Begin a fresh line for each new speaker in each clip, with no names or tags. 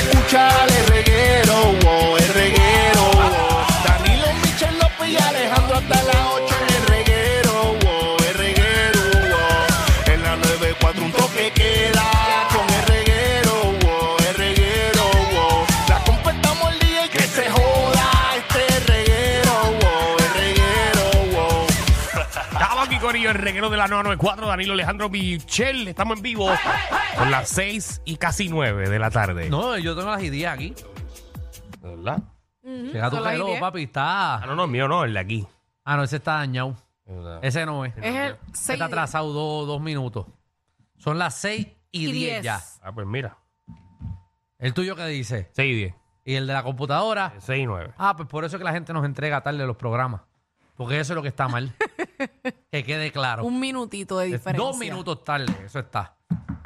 escuchar el reguero, oh, el reguero. oh. Danilo, Michel López y Alejandro hasta las 8 el reguero, oh, el reguero. oh. En la 94 un toque queda con el reguero, oh, el reguero. oh. La completamos el día y que se joda este reguero, oh, el reguero. oh.
Estamos aquí con ellos, el reguero de la 994, Danilo Alejandro Michel. Estamos en vivo con las 6 y casi 9 de la tarde.
No, yo tengo las ideas aquí.
¿Verdad?
Deja tu
son las
reloj,
ideas.
papi.
Ah,
Está.
no, no, el mío no, el de aquí.
Ah, no, ese está dañado. Ese no es.
Es el
Ese
6
está atrasado dos, dos minutos. Son las 6 y,
y
10
10.
ya.
Ah, pues mira,
El tuyo que dice.
6 y 10.
Y el de la computadora.
6 y 9.
Ah, pues por eso es que la gente nos entrega tarde los programas. Porque eso es lo que está mal. que quede claro.
Un minutito de
Es
diferencia.
Dos minutos tarde, eso está.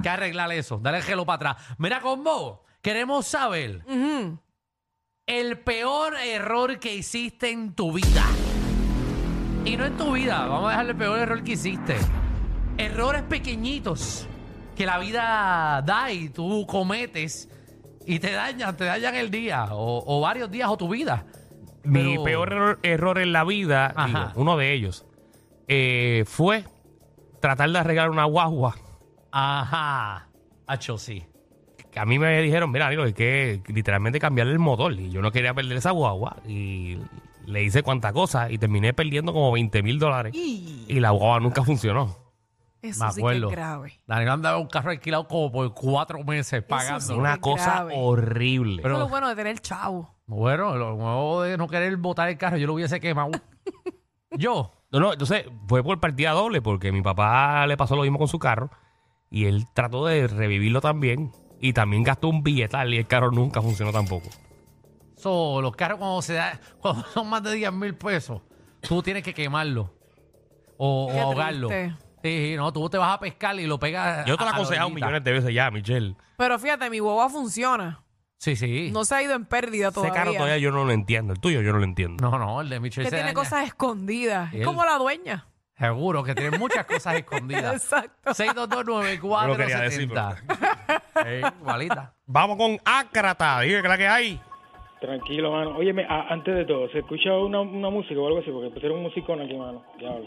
Que arreglar eso. Dale el gelo para atrás. Mira, Combo, queremos saber el peor error que hiciste en tu vida. Y no en tu vida, vamos a dejar el peor error que hiciste. Errores pequeñitos que la vida da y tú cometes y te dañan, te dañan el día o, o varios días o tu vida.
Mi
Pero-
peor error, error en la vida,
Ajá.
digo, uno de ellos, eh, fue tratar de arreglar una guagua.
Ajá. Hacho, sí.
Que a mí me dijeron, mira, Danilo, hay que literalmente cambiarle el motor. Y yo no quería perder esa guagua. Y le hice cuanta cosa y terminé perdiendo como 20 mil dólares.
Y
Y la guagua nunca funcionó.
eso
Me
sí
acuerdo.
que es grave.
Daniel andaba en un carro alquilado como por cuatro meses
sí.
pagando.
Una
Qué
cosa
grave.
horrible.
Eso
Pero-
es lo bueno de tener chavo.
Bueno, lo nuevo de no querer botar el carro, yo lo hubiese quemado. yo,
no, no, entonces fue por partida doble porque mi papá le pasó lo mismo con su carro y él trató de revivirlo también y también gastó un billetal y el carro nunca funcionó tampoco.
so, los carros cuando se da, cuando son más de 10 mil pesos, tú tienes que quemarlo o, o
Qué
ahogarlo.
triste.
Sí, sí, no, tú te vas a pescar y lo pegas.
Yo te lo he
a la
aconsejado
orillita.
millones de veces ya, Michelle.
Pero fíjate, mi boba funciona.
Sí, sí.
No se ha ido en pérdida todavía.
Ese carro todavía yo no lo entiendo, el tuyo yo no lo entiendo.
No, no, el de
que
Michelle se
tiene
daña.
cosas escondidas.
Él-
Es como la dueña.
Seguro que tiene muchas cosas escondidas.
Exacto.
6229470.
Yo lo quería decir,
Sí, igualita.
Vamos con Acrata, dime que la que hay.
Tranquilo, mano. Óyeme, a- antes de todo, ¿se escucha una, una música o algo así? Porque pusieron un musicón aquí, mano. Diablo.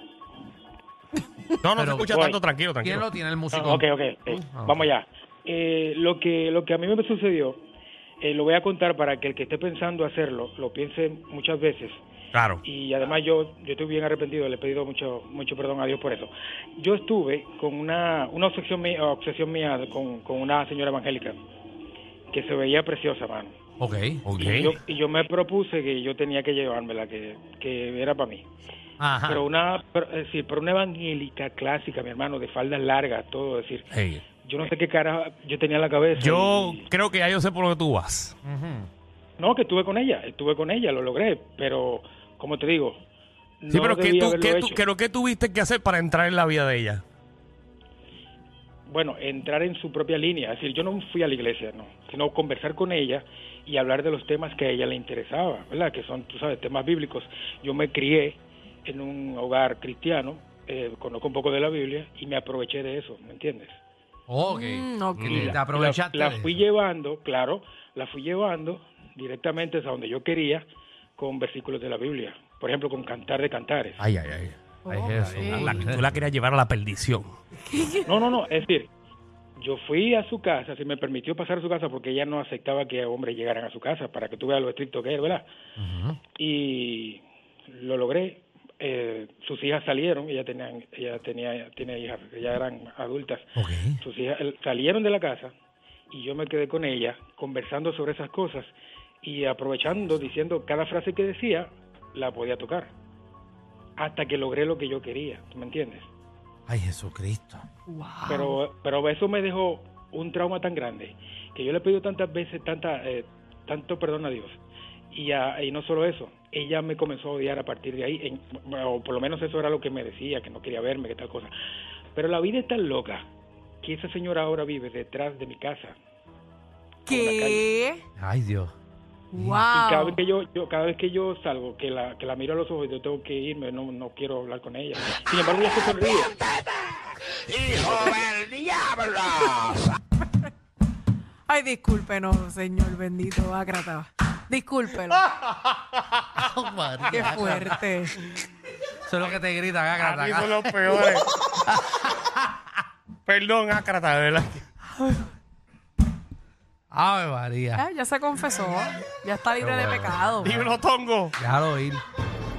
No, no se
Pero,
escucha
¿cuál?
tanto, tranquilo,
¿Quién
tranquilo.
lo tiene el músico?
Ah, ok, ok. ok. Vamos allá. Eh, lo, que, lo que a mí me sucedió, eh, lo voy a contar para que el que esté pensando hacerlo, lo piense muchas veces.
Claro.
Y además yo, yo estoy bien arrepentido, le he pedido mucho, mucho perdón a Dios por eso. Yo estuve con una, una obsesión mía, obsesión mía con, con una señora evangélica que se veía preciosa, mano.
Ok.
Ok.
Y, yo, y yo me propuse que yo tenía que llevármela, que, que era para mí.
Ajá.
Pero una, pero, eh, sí, pero una evangélica clásica, mi hermano, de faldas largas, todo. Es decir,
Hey.
yo no sé qué cara yo tenía en la cabeza.
Yo
y-
creo que ya yo sé por dónde tú vas.
Ujú.
no, que estuve con ella, estuve con ella, lo logré, pero como te digo,
Sí,
no
pero ¿qué,
debí
tú,
haberlo
qué tú-
hecho.
pero ¿qué tuviste que hacer para entrar en la vida de ella?
Bueno, entrar en su propia línea. Es decir, yo no fui a la iglesia, no, sino conversar con ella y hablar de los temas que a ella le interesaba, ¿verdad? Que son, tú sabes, temas bíblicos. Yo me crié en un hogar cristiano, eh, conozco un poco de la Biblia y me aproveché de eso, ¿me entiendes?
Ok.
Mm, ok.
Y
Mm.
te aprovechaste.
La, la
de
fui
eso.
llevando, claro, la fui llevando directamente hasta donde yo quería con versículos de la Biblia. Por ejemplo, con Cantar de Cantares.
Ay, ay, ay.
Ay,
Oh,
Jesús.
ok.
La- tú la querías llevar a la perdición.
No, no, no, es decir, yo fui a su casa, se me permitió pasar a su casa porque ella no aceptaba que hombres llegaran a su casa, para que tú veas lo estricto que era, ¿verdad? Y lo logré. eh, sus hijas salieron, ella tenía, ella tenía, tiene hijas, ellas eran adultas.
Ok.
Sus hijas eh, salieron de la casa y yo me quedé con ella conversando sobre esas cosas y aprovechando, diciendo cada frase que decía, la podía tocar. Hasta que logré lo que yo quería, ¿tú ¿me entiendes?
Ay, Jesucristo.
Pero, pero eso me dejó un trauma tan grande que yo le pido tantas veces, tanta, eh, tanto perdón a Dios. Y, a- y no solo eso, ella me comenzó a odiar a partir de ahí, en- o por lo menos eso era lo que me decía, que no quería verme, que tal cosa. Pero la vida es tan loca que esa señora ahora vive detrás de mi casa.
¿Qué?
Ay, Dios.
Y cada
Wow.
vez que yo, yo- cada vez que yo salgo, que la, que la miro a los ojos, yo tengo que irme, no, no quiero hablar con ella. Sin embargo, ella se sonríe.
¡Hijo del diablo!
Ay, discúlpenos, señor bendito Ácrata. Discúlpelo.
Ah. Oh, María.
Qué fuerte.
Eso es lo que te gritan, Ágata.
Aquí son los peores. Perdón, Ácrata, de verdad.
Ave María.
Ah, ya se confesó. Ya está libre de pecado.
Dímelo, Tongo.
Déjalo ir.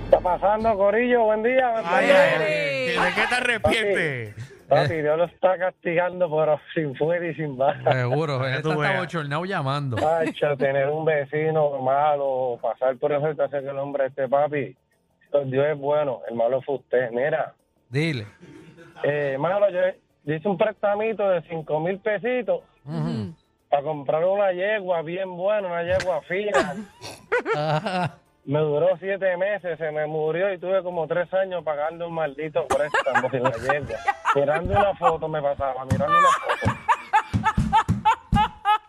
está pasando, Corillo? Buen día.
Ah,
buen
Ay,
día.
ay, ay. ¿De qué te arrepientes?
Papi, Dios lo está castigando, pero sin fuera y sin baja.
Seguro.
que
Él
tú
está hasta
veas.
bochornado llamando.
Macho, tener un vecino malo, pasar por eso te hace que el hombre esté, papi. Dios es bueno, el malo fue usted. Mira,
Dile.
eh, malo, yo, yo hice un prestamito de cinco mil pesitos para comprar una yegua bien buena, una yegua fina. Me duró siete meses, se me murió y tuve como tres años pagando un maldito préstamo sin la yegua. Mirando una foto me pasaba, mirando una foto.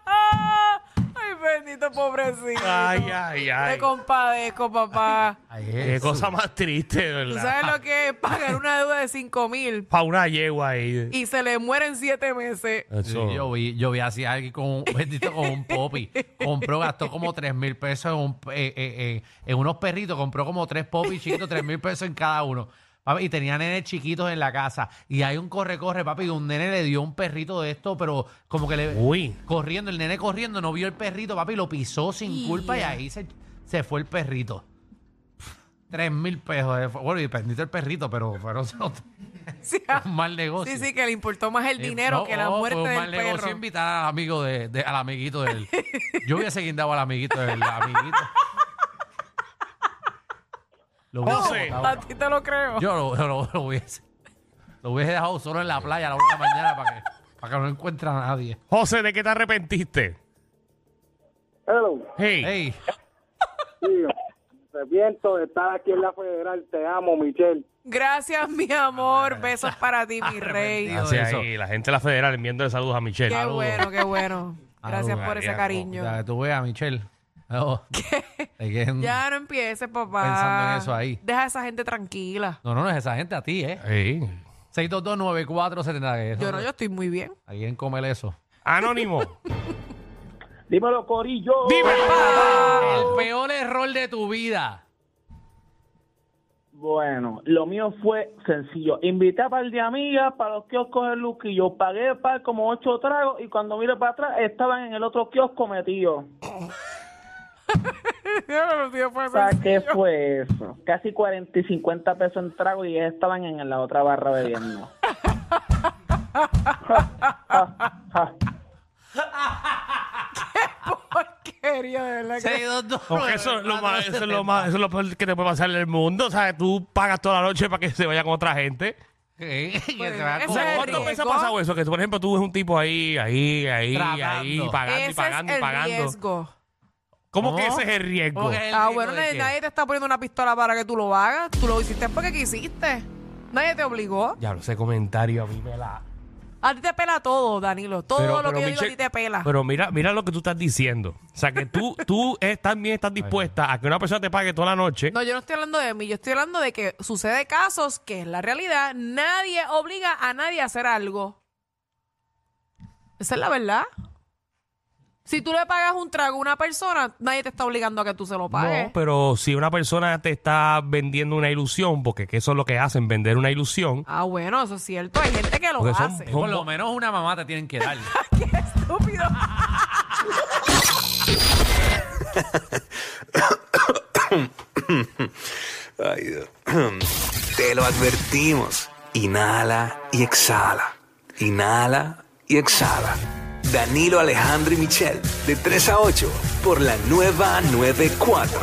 ¡Ah! Ay, bendito pobrecito.
Ay, ay,
Te
ay.
compadezco, papá.
Ay,
Qué
Jesús.
cosa más triste, de
¿Tú
¿verdad?
sabes lo que es pagar una deuda de 5 mil
Para una yegua ahí.
y se le muere en 7 meses?
Sí, yo vi, yo vi así a alguien con un bendito con un popi. Compró, gastó como tres mil pesos en, un- eh, eh, eh, en unos perritos. Compró como tres popis chiquitos, tres mil pesos en cada uno. Papi, y tenía nenes chiquitos en la casa. Y hay un corre-corre, papi, y un nene le dio un perrito de esto, pero como que le.
Uy.
Corriendo, el nene corriendo, no vio el perrito, papi, lo pisó sin culpa y ahí se, se fue el perrito. Tres mil pesos. eh, fue- Bueno, y bendito el perrito, pero fueron
Sí,
un mal negocio.
sí, sí, que le importó más el
Eh,
dinero
no,
que la
oh,
muerte
fue un
del
mal negocio
perro.
invitar al amigo de, de- al amiguito del. Yo hubiese guindado al amiguito del amiguito. Lo hubiese
José.
botado.
A ti te lo creo.
eh. Yo lo, yo lo- lo hubiese. Lo hubiese dejado solo en la playa a la una de la mañana para que, para que no encuentre a nadie.
José, ¿de qué te arrepentiste?
Hello,
Hey.
Ey,
tío. Arrepiento de estar aquí en la federal. Te amo, Michelle.
Gracias, mi
Ah,
amor. Besos para ti, mi rey.
Arrepentido.
Así
eso.
ahí, la gente de la federal enviando saludos a Michelle.
Qué
Saludos.
bueno, qué bueno. Gracias
Salud,
por ese
Mariano.
cariño.
para que tú veas, Michelle. No, hay que-
Ya no empieces, papá.
mm. Pensando en eso ahí.
Deja a esa gente tranquila.
no, no, no es esa gente a ti, ¿eh?
Sí.
6229470. que eso-
Yo no, yo estoy muy bien.
Alguien come eso.
Anónimo.
Dímelo, Corillo.
Dime.
Ah.
El peor error de tu vida.
Bueno, lo mío fue sencillo. Invité a par de amigas para los kioscos de Luquillo. Pagué par como ocho tragos y cuando miro para atrás estaban en el otro kiosco metidos. O sea, ¿qué fue eso? Casi 40 y 50 pesos en trago y ellas estaban en la otra barra bebiendo.
Porquería, de verdad. que-
622.
Porque eso, es lo más, eso, es lo más, eso es lo peor que te puede pasar en el mundo. O sea, tú pagas toda la noche para que se vaya con otra gente.
Que se
Pues,
va
eso
con otro.
es
¿Cuántas
riesgo.
veces ha pasado eso? Que, tú, por ejemplo, tú ves un tipo ahí, ahí, ahí,
Tratando.
ahí, pagando
Ese
y pagando
es
y
el
pagando.
riesgo.
¿Cómo que
¿Cómo?
ese es el riesgo?
¿Cómo que es el
Ah,
riesgo
bueno,
de
nadie,
qué?
nadie te está poniendo una pistola para que tú lo hagas. Tú lo hiciste porque quisiste. Nadie te obligó.
Ya, ese comentario a mí me la...
A ti te pela todo, Danilo. Todo lo que yo digo a
Michelle,
ti te pela.
pero mira, mira lo que tú estás diciendo. O sea, que tú, tú es- también estás dispuesta a que una persona te pague toda la noche.
No, yo no estoy hablando de mí. Yo estoy hablando de que sucede casos que es la realidad. Nadie obliga a nadie a hacer algo. Esa es la verdad. Si tú le pagas un trago a una persona, nadie te está obligando a que tú se lo pagues.
No, pero si una persona te está vendiendo una ilusión, porque que eso es lo que hacen, vender una ilusión.
Ah, bueno, eso es cierto. Hay gente que lo
Porque son-
hace.
Eh, Por lo menos una mamá te tienen que dar.
¡Qué estúpido!
Ay, Dios. Te lo advertimos. Inhala y exhala. Inhala y exhala. Danilo Alejandro y Michel, de 3 a 8, por la nueva 94.